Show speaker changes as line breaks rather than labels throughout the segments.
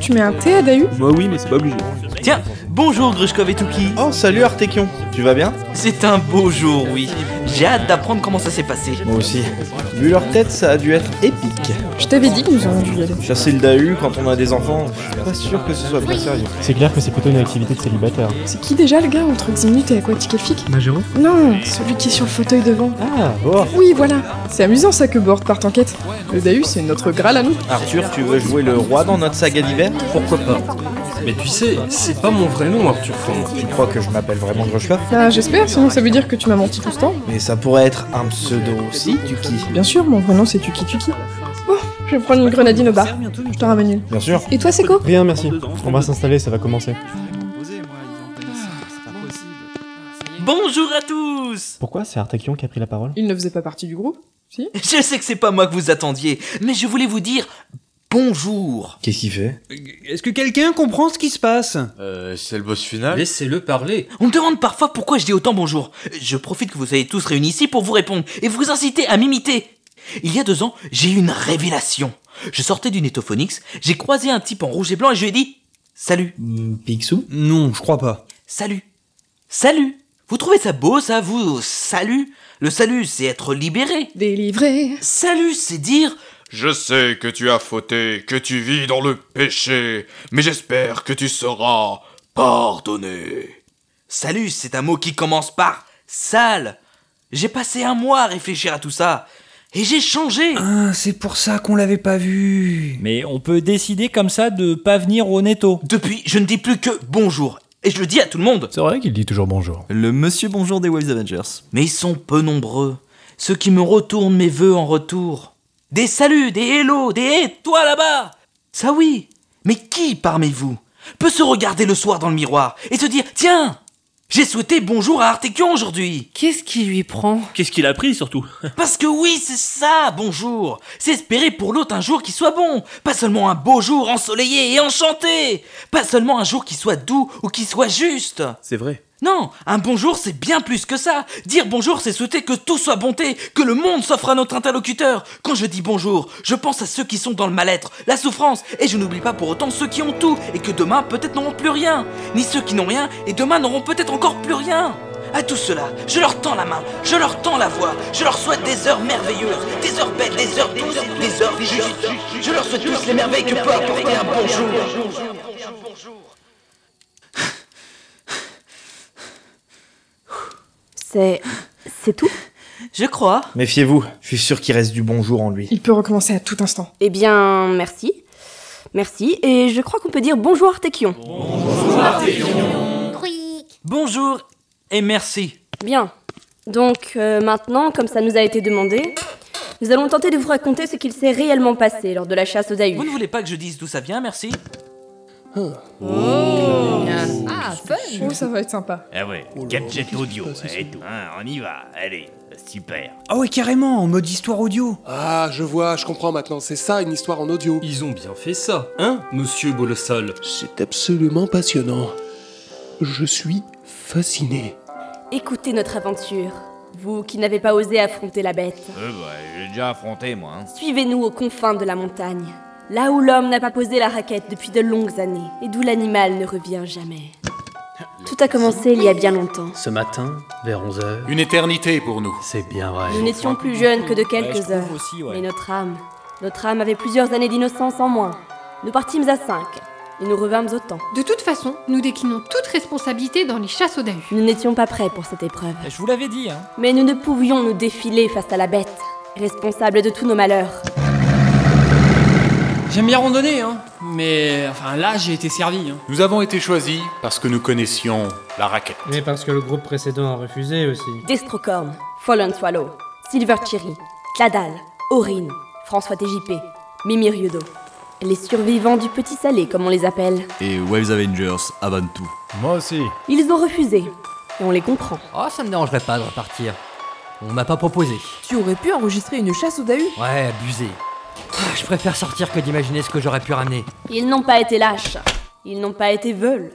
tu mets un thé à Dahu
Bah oui, mais c'est pas obligé.
Tiens, bonjour Grushkov et Tuki.
Oh, salut Artekion, tu vas bien
C'est un beau jour, oui. J'ai hâte d'apprendre comment ça s'est passé.
Moi aussi. Vu leur tête, ça a dû être épique.
Je t'avais dit que nous aurions dû y aller.
Chasser le Dahu quand on a des enfants, je suis pas sûr que ce soit très sérieux.
C'est clair que c'est plutôt une activité de célibataire.
C'est qui déjà le gars entre Ximnit et Aquaticafique
Majero
Non, celui qui est sur le fauteuil devant.
Ah, bon
Oui, voilà. C'est amusant ça que Bord parte en quête. Le Dahu, c'est notre Graal à nous.
Arthur, tu veux jouer le roi dans notre saga d'hiver
Pourquoi pas Mais tu sais, c'est pas mon vrai nom, Arthur Fond.
Tu crois que je m'appelle vraiment Grushka
Ah, j'espère, sinon ça veut dire que tu m'as menti tout ce temps.
Mais ça pourrait être un pseudo aussi, Tuki.
Bien sûr, mon vrai nom c'est Tuki Tuki. Oh, je vais prendre une grenadine au bar. Je te ramène une.
Bien sûr.
Et toi, Seko
Rien, merci. On va s'installer, ça va commencer.
Bonjour à tous
Pourquoi c'est Artekion qui a pris la parole
Il ne faisait pas partie du groupe Si
Je sais que c'est pas moi que vous attendiez, mais je voulais vous dire bonjour.
Qu'est-ce qu'il fait
Euh, Est-ce que quelqu'un comprend ce qui se passe
Euh, c'est le boss final
Laissez-le parler.
On me demande parfois pourquoi je dis autant bonjour. Je profite que vous soyez tous réunis ici pour vous répondre et vous inciter à m'imiter. Il y a deux ans, j'ai eu une révélation. Je sortais du Netophonix, j'ai croisé un type en rouge et blanc et je lui ai dit Salut,
Mm,
Picsou
Non, je crois pas.
salut, salut. Vous trouvez ça beau ça, vous Salut Le salut, c'est être libéré.
Délivré.
Salut, c'est dire
Je sais que tu as fauté, que tu vis dans le péché, mais j'espère que tu seras pardonné.
Salut, c'est un mot qui commence par sale. J'ai passé un mois à réfléchir à tout ça. Et j'ai changé.
Ah, c'est pour ça qu'on l'avait pas vu.
Mais on peut décider comme ça de pas venir au netto.
Depuis, je ne dis plus que bonjour. Et je le dis à tout le monde.
C'est vrai qu'il dit toujours bonjour.
Le monsieur bonjour des Waves Avengers.
Mais ils sont peu nombreux. Ceux qui me retournent mes voeux en retour. Des saluts, des hello, des hé, toi là-bas Ça oui Mais qui parmi vous peut se regarder le soir dans le miroir et se dire Tiens J'ai souhaité bonjour à Artekion aujourd'hui
Qu'est-ce qui lui prend
Qu'est-ce qu'il a pris surtout
Parce que oui, c'est ça, bonjour C'est espérer pour l'autre un jour qui soit bon Pas seulement un beau jour ensoleillé et enchanté Pas seulement un jour qui soit doux ou qui soit juste
C'est vrai.
non, un bonjour c'est bien plus que ça. Dire bonjour c'est souhaiter que tout soit bonté, que le monde s'offre à notre interlocuteur. Quand je dis bonjour, je pense à ceux qui sont dans le mal-être, la souffrance, et je n'oublie pas pour autant ceux qui ont tout et que demain peut-être n'auront plus rien, ni ceux qui n'ont rien et demain n'auront peut-être encore plus rien. À tous ceux-là, je leur tends la main, je leur tends la voix, je leur souhaite des heures merveilleuses, des heures belles, des heures douces, des heures justes. Je leur souhaite tous les merveilles que peut apporter un bonjour.
C'est. C'est tout
Je crois.
Méfiez-vous, je suis sûr qu'il reste du bonjour en lui.
Il peut recommencer à tout instant.
Eh bien, merci. Merci, et je crois qu'on peut dire bonjour Artekion.
Bonjour et merci.
Bien. Donc, euh, maintenant, comme ça nous a été demandé, nous allons tenter de vous raconter ce qu'il s'est réellement passé lors de la chasse aux
Vous ne
Dahu.
voulez pas que je dise d'où ça vient, merci
Ah, fun
Oh, ça va être sympa.
Ah ouais, gadget audio et tout. Hein, on y va, allez, super.
Ah ouais, carrément, en mode histoire audio.
Ah, je vois, je comprends maintenant, c'est ça une histoire en audio.
Ils ont bien fait ça, hein, monsieur Bolosol
C'est absolument passionnant. Je suis fasciné.
Écoutez notre aventure. Vous qui n'avez pas osé affronter la bête,
Euh bah, j'ai déjà affronté moi. hein.
suivez-nous aux confins de la montagne. Là où l'homme n'a pas posé la raquette depuis de longues années, et d'où l'animal ne revient jamais. Tout a commencé il y a bien longtemps.
Ce matin, vers 11h,
Une éternité pour nous.
c'est bien vrai.
Nous n'étions plus jeunes que de
Ouais, je
quelques
trouve
heures.
aussi, ouais.
Mais notre âme, notre âme avait plusieurs années d'innocence en moins. Nous partîmes à cinq, et nous revînmes au temps.
De toute façon, nous déclinons toute responsabilité dans les chasses aux dahus.
Nous n'étions pas prêts pour cette épreuve.
Je vous l'avais dit, hein.
Mais nous ne pouvions nous défiler face à la bête, responsable de tous nos malheurs.
J'aime bien randonner, hein. Mais enfin là, j'ai été servi. Hein.
Nous avons été choisis parce que nous connaissions la raquette.
Mais parce que le groupe précédent a refusé aussi.
Destrocorn, Fallen Swallow, Silver Cherry, Cladal, Aurine, François TJP, Mimi Riodo. Les survivants du petit salé, comme on les appelle.
Et Waves Avengers avant tout.
Moi aussi.
Ils ont refusé. Et on les comprend.
Ah, ça me dérangerait pas de repartir. On m'a pas proposé.
Tu aurais pu enregistrer une chasse aux dahus
Ouais, abusé. Ah, Je préfère sortir que d'imaginer ce que j'aurais pu ramener.
Ils n'ont pas été lâches. Ils n'ont pas été veuls.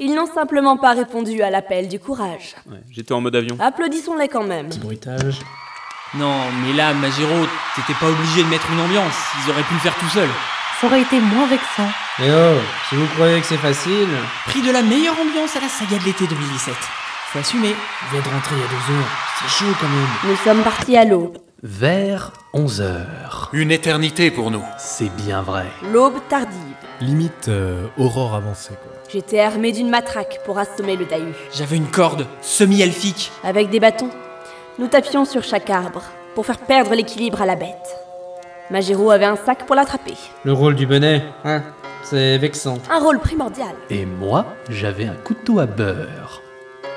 Ils n'ont simplement pas répondu à l'appel du courage.
Ouais, j'étais en mode avion.
Applaudissons-les quand même.
Petit bruitage.
Non, mais là, Magiro, t'étais pas obligé de mettre une ambiance. Ils auraient pu le faire tout seuls.
ça aurait été moins vexant.
Et oh, si vous croyez que c'est facile.
Prix de la meilleure ambiance à la saga de l'été 2017. Faut assumer.
Vous vient de rentrer il y a deux heures. C'est chaud quand même.
Nous sommes partis à l'aube.
Vers 11 heures. Une éternité pour nous. C'est bien vrai.
L'aube tardive.
Limite euh, aurore avancée quoi.
J'étais armé d'une matraque pour assommer le Dahu.
J'avais une corde semi-elfique.
Avec des bâtons, nous tapions sur chaque arbre pour faire perdre l'équilibre à la bête. Magiro avait un sac pour l'attraper.
Le rôle du bonnet, hein, c'est vexant.
Un rôle primordial.
Et moi, j'avais un couteau à beurre.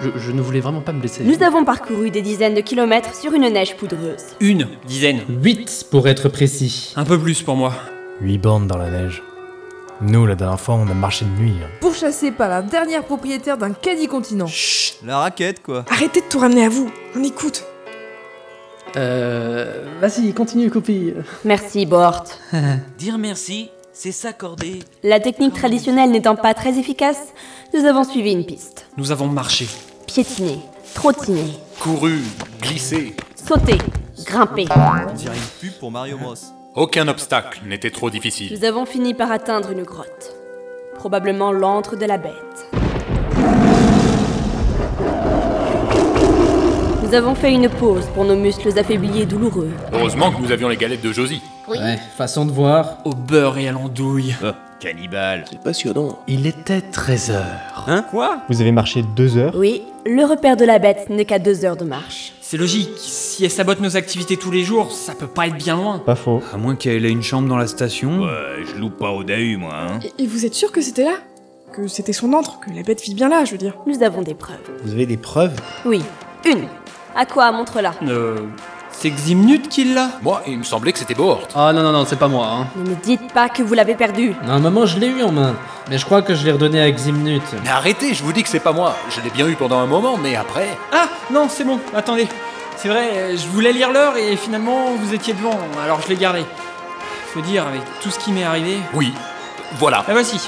Je, je ne voulais vraiment pas me blesser.
Nous avons parcouru des dizaines de kilomètres sur une neige poudreuse.
Une dizaine.
Huit pour être précis.
Hein.
Un peu plus pour moi.
Huit bandes dans la neige. Nous, la dernière fois, on a marché de nuit. hein.
Pourchassé par la dernière propriétaire d'un canicontinent. Chut
La raquette, quoi.
Arrêtez de tout ramener à vous, on écoute.
Euh. Vas-y, continue, copie.
Merci, Bort.
Dire merci, c'est s'accorder.
La technique traditionnelle n'étant pas très efficace, nous avons suivi une piste.
Nous avons marché.
Piétiné, trottiné,
Couru, glissé.
sauté, grimpé.
On dirait une pub pour Mario Bros.
Aucun obstacle n'était trop difficile.
Nous avons fini par atteindre une grotte. Probablement l'antre de la bête. Nous avons fait une pause pour nos muscles affaiblis et douloureux.
Heureusement que nous avions les galettes de Josie.
Ouais, façon de voir.
Au beurre et à l'andouille.
Ah,
Cannibale.
C'est passionnant.
Il était 13 heures.
Hein Quoi Vous avez marché deux heures
Oui, le repère de la bête n'est qu'à deux heures de marche.
C'est logique, si elle sabote nos activités tous les jours, ça peut pas être bien loin.
Pas faux.
À moins qu'elle ait une chambre dans la station.
Ouais, je loupe pas au Dahu, moi, hein.
Et, et vous êtes sûr que c'était là Que c'était son antre Que la bête vit bien là, je veux dire
Nous avons des preuves.
Vous avez des preuves
Oui, une. À quoi Montre-la.
Euh. C'est Ximnut qui l'a
Moi, il me semblait que c'était Bohort.
Ah non, non, non, c'est pas moi, hein.
Ne me dites pas que vous l'avez perdue.
Non, maman, je l'ai eu en main. Mais je crois que je l'ai redonné à Ximnut.
Mais arrêtez, je vous dis que c'est pas moi. Je l'ai bien eu pendant un moment, mais après.
Ah non, c'est bon, attendez. C'est vrai, euh, je voulais lire l'heure et finalement vous étiez devant, alors je l'ai gardé. Faut dire, avec tout ce qui m'est arrivé.
Oui, voilà.
La voici.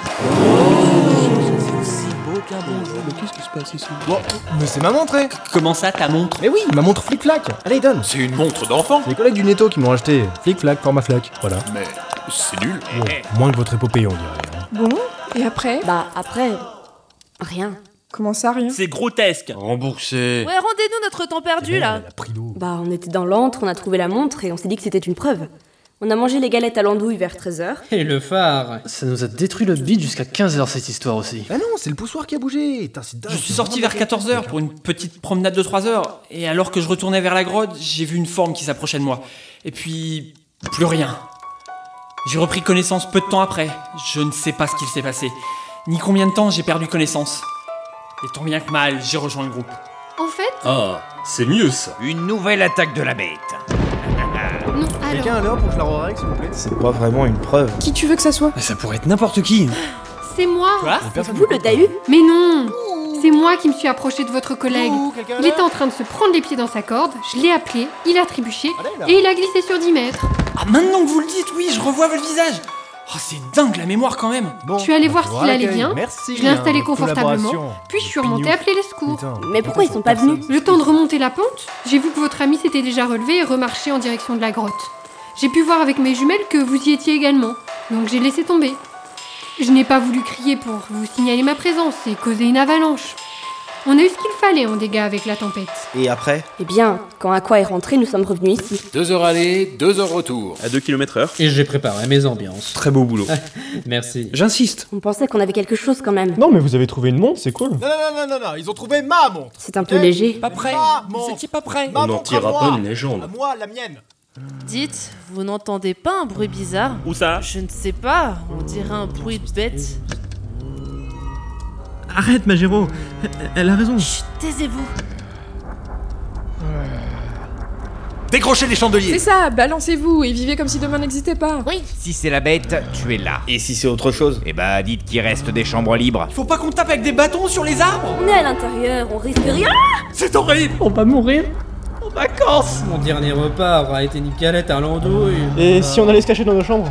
Mais qu'est-ce qui se passe ici
Mais c'est ma montre, eh
Comment ça, ta montre
Mais oui, ma montre flic-flac Allez, donne
C'est une montre d'enfant
C'est les collègues du Netto qui me l'ont acheté. Flic-flac, format flac. Voilà.
Mais c'est nul.
Bon, moins que votre épopée, on dirait. hein.
Bon, et après
Bah, après. Rien.
Comment ça, rien
C'est grotesque.
Remboursé.
Ouais, rendez-nous notre temps perdu là.
Bah, on était dans l'antre, on a trouvé la montre et on s'est dit que c'était une preuve. On a mangé les galettes à l'andouille vers 13h.
Et le phare.
Ça nous a détruit le bide jusqu'à 15h cette histoire aussi.
Ah non, c'est le poussoir qui a bougé. Putain, c'est dingue.
Je suis sorti vers 14h pour une petite promenade de 3 heures, et alors que je retournais vers la grotte, j'ai vu une forme qui s'approchait de moi. Et puis. plus rien. J'ai repris connaissance peu de temps après. Je ne sais pas ce qu'il s'est passé, ni combien de temps j'ai perdu connaissance. Et tant bien que mal, j'ai rejoint le groupe.
En fait,
Ah, c'est mieux ça.
Une nouvelle attaque de la bête.
non, alors,
Quelqu'un à l'heure pour que je la rorègle, s'il vous plaît
C'est pas vraiment une preuve.
Qui tu veux que ça soit
Ça pourrait être n'importe qui.
c'est moi
Vous, le Dahu
Mais non C'est moi qui me suis approchée de votre collègue.
Ouh, quelqu'un
Il
là
était en train de se prendre les pieds dans sa corde, je l'ai appelé, il a trébuché, et il a glissé sur 10 mètres.
Ah, maintenant que vous le dites, oui, je revois le visage Ah, c'est dingue la mémoire quand même
Bon,
Je suis allée voir
bah,
s'il allait
accueil.
bien,
Merci,
je l'ai installé
hein,
confortablement,
collaboration.
puis je suis remontée appeler les secours.
Putain.
Mais pourquoi ils sont pas venus
Le temps de remonter la pente, j'ai vu que votre ami s'était déjà relevé et remarché en direction de la grotte. J'ai pu voir avec mes jumelles que vous y étiez également, donc j'ai laissé tomber. Je n'ai pas voulu crier pour vous signaler ma présence et causer une avalanche. On a eu ce qu'il fallait en dégâts avec la tempête.
Et après
Eh bien, quand Aqua est rentré, nous sommes revenus ici.
Deux heures aller, deux heures retour.
À 2 km heure.
Et j'ai préparé mes ambiances.
Très beau boulot.
Merci.
J'insiste.
On pensait qu'on avait quelque chose quand même.
Non, mais vous avez trouvé une montre, c'est cool.
Non, non, non, non, non, ils ont trouvé ma montre.
C'est un peu léger.
Pas prêt
Ah, mon-
Vous étiez pas prêt
Ma
On n'en
montre à
tirera
moi.
pas une légende.
À moi, la mienne.
Dites, vous n'entendez pas un bruit bizarre
Où ça
Je ne sais pas, on dirait un bruit bête.
Arrête, Magéro Elle a raison
Chut, taisez-vous.
Décrochez les chandeliers
C'est ça, balancez-vous et vivez comme si demain n'existait pas.
Oui.
Si c'est la bête, tu es là.
Et si c'est autre chose
Eh bah, dites qu'il reste des chambres libres.
Faut pas qu'on tape avec des bâtons sur les arbres
On est à l'intérieur, on risque rien
C'est horrible
On va mourir en vacances
Mon dernier repas aura été une galette à l'andouille.
Et si on allait se cacher dans nos chambres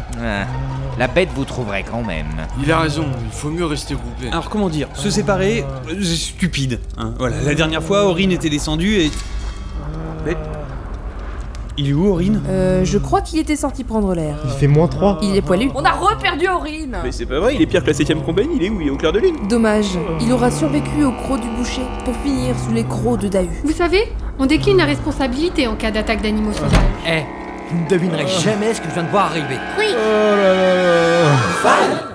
La bête vous trouverait quand même.
Il a raison, il faut mieux rester groupé.
Alors comment dire Se séparer, euh, c'est stupide. hein. Voilà, la dernière fois, Aurine était descendue et. Mais-
Il est où, Aurine
Euh, je crois qu'il était sorti prendre l'air.
Il fait moins 3.
Il est poilu. On a reperdu Aurine
Mais c'est pas vrai, il est pire que la 7ème compagnie, il est où Il est au clair de lune
Dommage, il aura survécu au croc du boucher pour finir sous les crocs de Dahu.
Vous savez, on décline la responsabilité en cas d'attaque d'animaux sauvages.
Eh, vous ne devinerez jamais ce que je viens de voir arriver.
Oui
Val